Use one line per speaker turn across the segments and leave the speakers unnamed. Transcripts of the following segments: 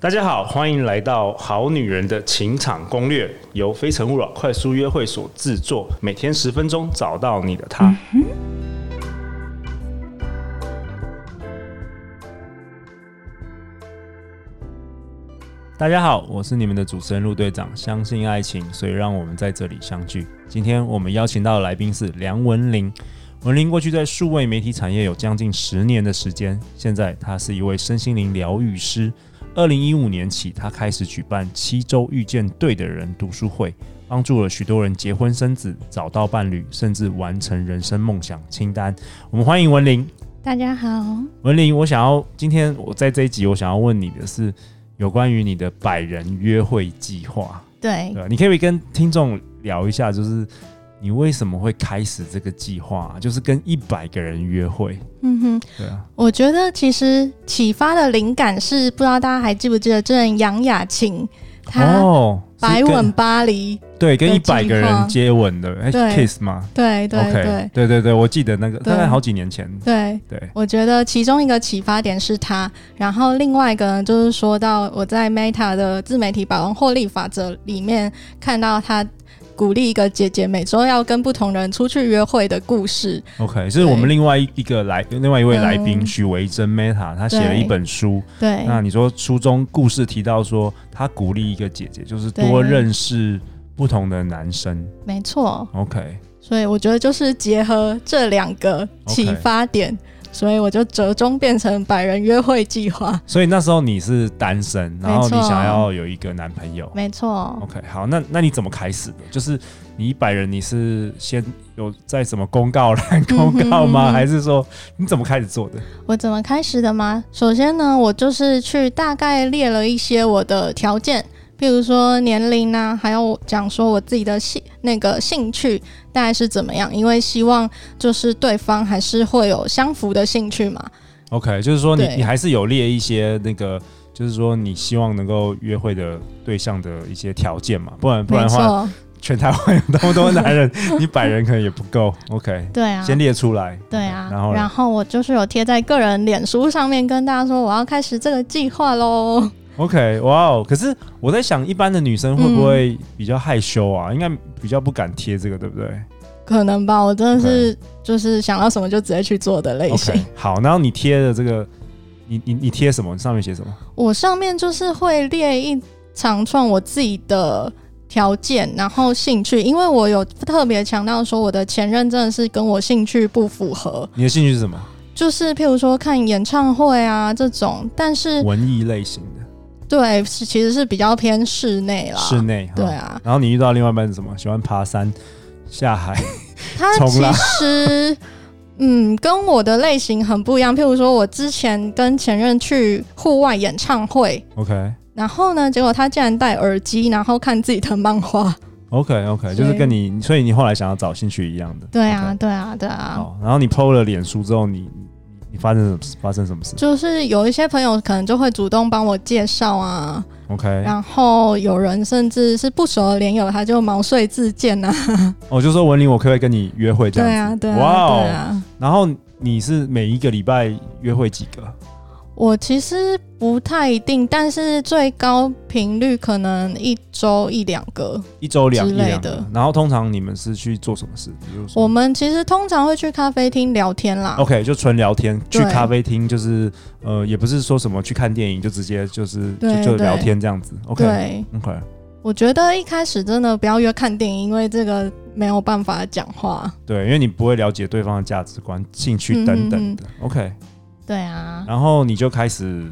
大家好，欢迎来到《好女人的情场攻略》，由非诚勿扰快速约会所制作，每天十分钟，找到你的他。大家好，我是你们的主持人陆队长。相信爱情，所以让我们在这里相聚。今天我们邀请到的来宾是梁文玲。文玲过去在数位媒体产业有将近十年的时间，现在她是一位身心灵疗愈师。二零一五年起，她开始举办“七周遇见对的人”读书会，帮助了许多人结婚生子、找到伴侣，甚至完成人生梦想清单。我们欢迎文玲。
大家好，
文玲，我想要今天我在这一集，我想要问你的是有关于你的百人约会计划，
对
对，吧？你可以跟听众聊一下，就是你为什么会开始这个计划、就是跟一百个人约会，
嗯哼，
对啊，
我觉得其实启发的灵感是，不知道大家还记不记得这人杨雅琴，她
哦，是
白
跟
吻巴黎，
对，跟一
的计划
百个人接吻的，哎
对
，kiss 吗
对对对
？OK，对对对，我记得那个
对
大概好几年前，
对。
对，
我觉得其中一个启发点是她，然后另外一个呢，就是说到我在 Meta 的自媒体百万获利法则里面看到她鼓励一个姐姐每周要跟不同人出去约会的故事。
OK，是我们另外一个来另外一位来宾
嗯
许维珍 Meta，他写了一
对
本书，
对，
那你说书中故事提到说，他鼓励一个姐姐，就是多
对
认识不同的男生。
没错。
OK，
所以我觉得就是结合这两个启发点所以我就折中变成百人约会计划。
所以那时候你是单身，然后你想要有一个男朋友。
没错，
OK，好，那那你怎么开始的？就是你一百人，你是先有在什么公告栏 公告吗？
嗯哼嗯哼
还是说你怎么开始做的？
我怎么开始的吗？首先呢，我就是去大概列了一些我的条件。譬如说年龄啊，还有讲说我自己的兴那个兴趣大概是怎么样，因为希望就是对方还是会有相符的兴趣嘛。
OK，就是说你
对
你还是有列一些那个，就是说你希望能够约会的对象的一些条件嘛，不然不然
没
的话，
错，
全台湾有那么多男人， 你百人可能也不够。OK，
对啊，
先列出来。
对啊，
然后呢
我就是有贴在个人脸书上面跟大家说我要开始这个计 划喽。
OK，哇哦！可是我在想，一般的女生会不会
嗯
比较害羞啊？应该比较不敢贴这个，对不对
可能吧，我真的是就是想到什么就直接去做的类型。
？OK，好，然后你贴的这个，你你你贴什么？上面写什么？
我上面就是会列一长串我自己的条件，然后兴趣，因为我有特别强调说我的前任真的是跟我兴趣不符合，
你的兴趣是什么？
就是譬如说看演唱会啊这种，但是
文艺类型的，
对是其实是比较偏室内啦。
室内。哈
对。啊，
然后你遇到另外一半是什么？喜欢爬山、下海。
他
冲
其
浪
实，嗯，跟我的类型很不一样。譬如说，我之前跟前任去户外演唱会，
OK。
然后呢，结果他竟然戴耳机，然后看自己的漫画。
OK OK，就是跟你，所以你后来想要找兴趣一样的。
对啊，
OK。
对啊，对啊。
好，然后你 PO 了脸书之后，你你你发生什么事？发生什么事
就是有一些朋友可能就会主动帮我介绍啊，
？OK，
然后有人甚至是不熟的连友，他就毛遂自荐啊。
我哦就说文林，我可不可以跟你约会这
对
样子？
啊，对啊，
哇哦
对啊。
然后你是每一个礼拜约会几个？
我其实不太一定，但是最高频率可能一周一两个。
一周两
之
一
类
两
的
个。然后通常你们是去做什么事？比如说
我们其实通常会去咖啡厅聊天啦。
OK，就纯聊天，去
对
咖啡厅就是呃，也不是说什么去看电影，就直接就是就
对
就
对
聊天这样子。OK
对，
OK，
我觉得一开始真的不要约看电影，因为这个没有办法讲话。
对，因为你不会了解对方的价值观、兴趣等等的。OK，
嗯对啊，
然后你就开始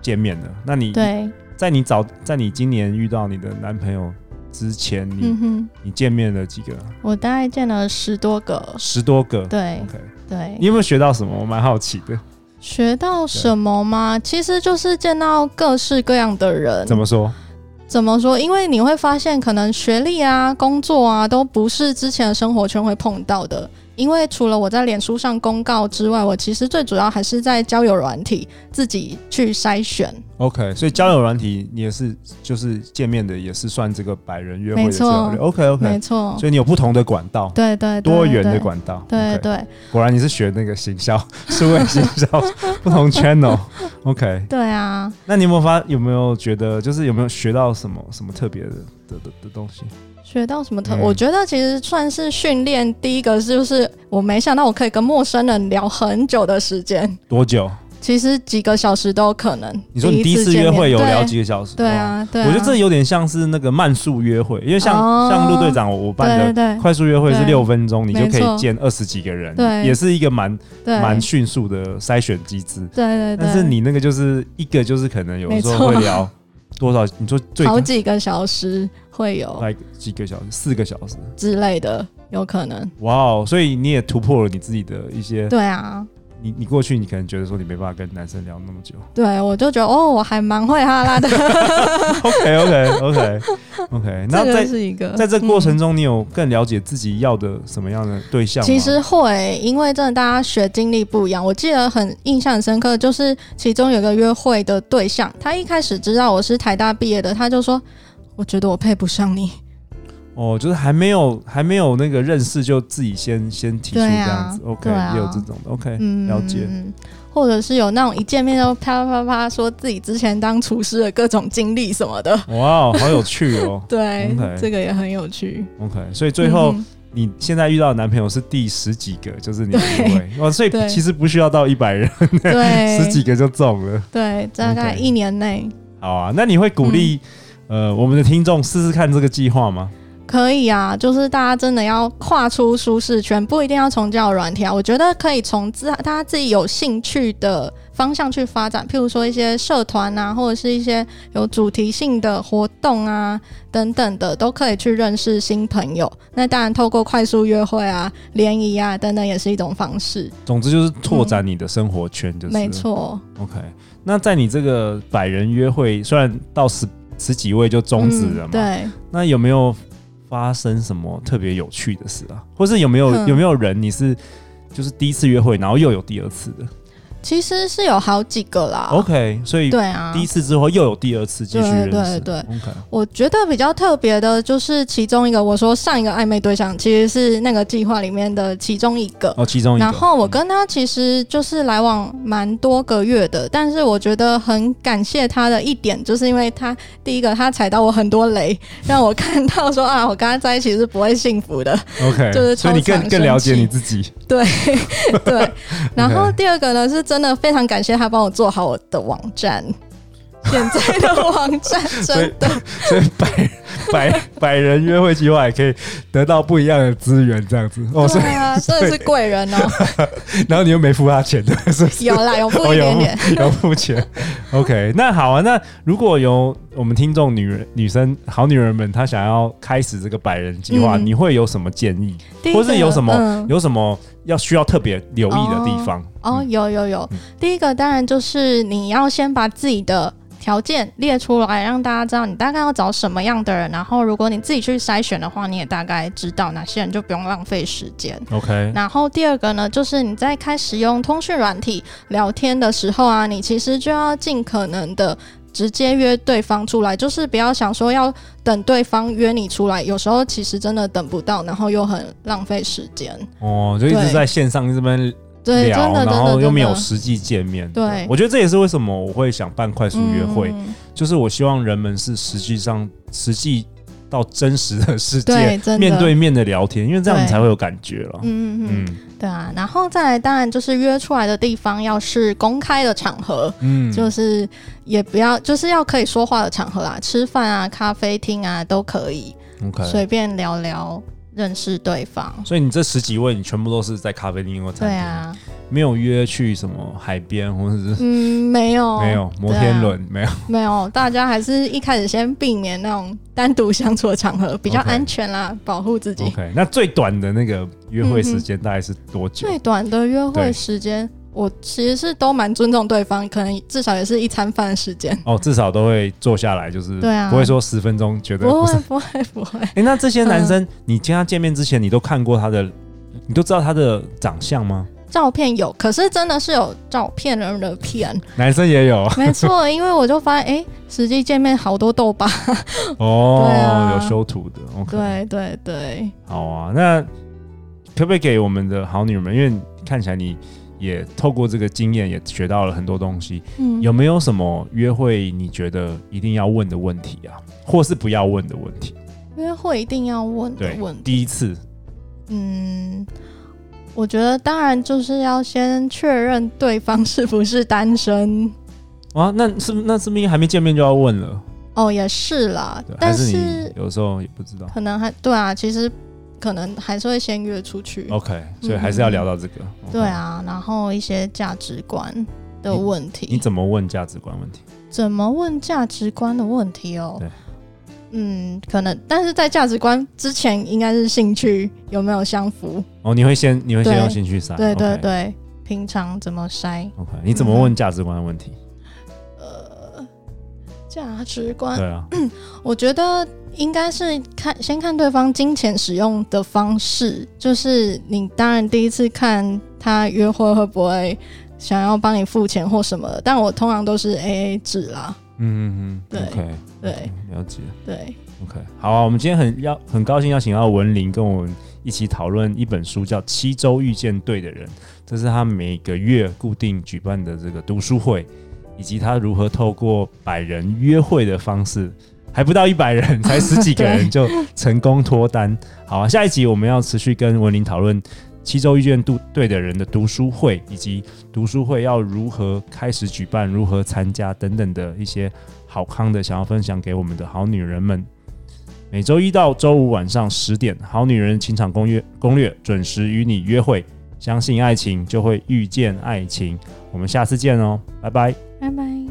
见面了。那你
对，
在你找在你今年遇到你的男朋友之前，你、
嗯哼，
你见面了几个？
我大概见了十多个。
十多个。
对
OK，
对
你，有没有学到什么？我蛮好奇的。
学到什么吗？其实就是见到各式各样的人。
怎么说？
怎么说？因为你会发现，可能学历啊、工作啊，都不是之前的生活圈会碰到的。因为除了我在脸书上公告之外，我其实最主要还是在交友软体自己去筛选。
OK，所以交友软体你也是就是见面的，也是算这个百人约会的交
没
流。OK
没
OK，
错，
所以你有不同的管道，
对对对
多元
对
的管道。
对
OK
对
果然你是学那个行销，数位行 销，不同 channel。OK，
对啊，
那你有没有发有没有觉得就是有没有学到什么什么特别的的的的东西？
学到什么特？
嗯
我觉得其实算是训练。第一个就是我没想到我可以跟陌生人聊很久的时间，
多久？
其实几个小时都有可能。
你说你第一次
见
约
面
会有
对
聊几个小时？
对
哦。
啊，对啊，
我觉得这有点像是那个慢速约会，因为像、
哦
像陆队长我我办
对对
的
对
快速约会是
对
六分钟，你就
没
可
错
以见二十几个人，
对
也是一个蛮
对
蛮迅速的筛选机制。
对对对，
但是你那个就是一个就是可能有
没
时候
错
会 聊多少？你说最
好几个小时会有
来几个小时，四个小时。
之类的，有可能。
哇哦！所以你也突破了你自己的一些，
对啊，
你你过去你可能觉得说你没办法跟男生聊那么久。
对我就觉得哦，我还蛮会 哈拉的，
OK OK OK OK，那
这
在
个是一个。嗯
在这过程中，你有更了解自己要的什么样的对象吗？
其实会，因为真的大家学经历不一样。我记得很印象很深刻，就是其中有个约会的对象，他一开始知道我是台大毕业的，他就说：“我觉得我配不 上你。
哦，就是还没有还没有那个认识，就自己先先提出这
对啊
样子。OK，
对啊
也有这种的。”OK，
嗯，
了解。
或者是有那种一见面就啪啪啪啪说自己之前当厨师的各种经历什么的，。
哇哦，好有趣哦
对
OK
这个也很有趣。
OK，所以最后
嗯
你现在遇到的男朋友是第十几个，就是你的一位哦，所以
对
其实不需要到一百人，
对
十几个就中了。
对，大概
OK
一年内
好啊，那你会鼓励、
嗯
呃我们的听众试试看这个计划吗？
可以啊，就是大家真的要跨出舒适圈，不一定要从交友软体啊。我觉得可以从自大家自己有兴趣的方向去发展，譬如说一些社团啊，或者是一些有主题性的活动啊等等的，都可以去认识新朋友。那当然，透过快速约会啊、联谊啊等等，也是一种方式。
总之就是拓展你的生活圈，就是了
嗯没。错，
OK，那在你这个百人约会，虽然到十十几位就终止了嘛，
嗯、对。
那有没有发生什么特别有趣的事啊？或是有没有、
嗯
有没有人你是就是第一次约会，然后又有第二次的、
其实是有好几个啦。
o k 所以
啊对啊，
第一次之后又有第二次继续认识，
对对对
OK，
我觉得比较特别的就是其中一个，我说上一个暧昧对象其实是那个计划里面的其中一个。嗯
哦，其中一个，
然后我跟他其实就是来往蛮多个月的，但是我觉得很感谢他的一点，就是因为他第一个他踩到我很多雷，让我看到说啊，我跟他在一起是不会幸福的，
OK，
就是
所以你
超
更
常
更了解
生气
你自己，
对对。然后第二个呢，是真的非常感谢他帮我做好我的网站，现在的网站
所以
真的
所以百百百人约会计划也可以得到不一样的资源，这样子哦。 所
对啊，真的是贵人哦。
以然后你又没付他钱的，是不是？
有 啦，有不
哦
一
有
点点。
有付钱。OK，那好啊。那如果有我们听众女人、女生、好女人们，她想要开始这个百人计划，
嗯
你会有什么建议，
第一
或
个
是有什么、
嗯
有什么要需要特别留意的地方？
哦，
嗯
有有有
嗯。
第一个当然就是你要先把自己的条件列出来，让大家知道你大概要找什么样的人。然后，如果你自己去筛选的话，你也大概知道哪些人就不用浪费时间。
嗯 OK，
然后第二个呢，就是你在开始用通讯软体聊天的时候啊，你其实就要尽可能的直接约对方出来，就是不要想说要等对方约你出来，有时候其实真的等不到，然后又很浪费时间。
哦，就一直
对
在线上这边
对，真
聊，
的，
然
真的，
后又没有
真的
实际见面。
对
我觉得这也是为什么我会想办快速约会，
嗯
就是我希望人们是实际上实际到真实的世界
对，真的
面对。面的聊天，因为这样
对
你才会有感觉了。
嗯嗯
嗯
嗯，对啊，然后再来，当然就是约出来的地方要是公开的场合，
嗯，
就是也不要，就是要可以说话的场合啦，吃饭啊、咖啡厅啊都可以，
OK。所以
随便聊聊，认识对方。
你这十几位，你全部都是在咖啡厅或餐
对
厅，
啊，
没有约去什么海边或者是、
嗯，啊没 有，
没有摩天轮，没有。
没有，大家还是一开始先避免那种单独相处的场合，比较
OK
安全啦保护自己。
OK，那最短的那个约会时间大概是多久？
最短的约
对
会时间，我其实是都蛮尊重对方，可能至少也是一餐饭的时间。
哦，至少都会坐下来，就是
对啊
不会说十分钟觉得
不
不是
会，不会，不会。
哎、那这些男生，你跟他见面之前，你都看过他的，你都知道他的长相吗？
照片有，可是真的是有照片人的骗，
男生也 有
没错，因为我就发现，哎、实际见面好 多痘疤，
哦，
对啊
有修图的。OK，
对对对，
好啊，那可不可以给我们的好女人们，因为看起来你也透过这个经验也学到了很多东西，
嗯，
有没有什么约会你觉得一定要问的问题啊，或是不要问的问题？
约会一定要问的
对
问，题，
第一次
嗯，我觉得当然就是要先确认对方是不是单身。
啊，那是那是不是还没见面就要问了？
哦，也是啦
对，，还
但
是
是
你有时候也不知道
可能还对啊，其实可能还是会先约出去。
？OK，所以还是要聊到这个。OK
对，啊，然后一些价值观的问题，
你怎么问价值观问题？
怎么问价值观的问题哦
对？
嗯，可能，但是在价值观之前，应该是兴趣有没有相符？
哦，你会先你会先
对
用兴趣筛，
对对
啊 OK
对，平常怎么筛？
OK，你怎么问价值观的问题？
呃，价值观
对啊，
我觉得应该是看先看对方金钱使用的方式，就是你当然第一次看他约会会不会想要帮你付钱或什么的，但我通常都是 A A 制啦。
嗯嗯嗯
对
，OK，嗯
对
了解。
对，
OK，好啊，我们今天很要很高兴邀请到文林跟我们一起讨论一本书，叫《七周遇见对的人》，这是他每个月固定举办的这个读书会，以及他如何透过百人约会的方式，还不到一百人，才十几个人就成功脱单。好啊，下一集我们要持续跟文林讨论。七周遇见对对的人的读书会，以及读书会要如何开始举办、如何参加等等的一些好康的，想要分享给我们的好女人们。每周一到周五晚上十点，《好女人情场攻略》攻略准时与你约会。相信爱情，就会遇见爱情。我们下次见哦，拜拜。
拜拜。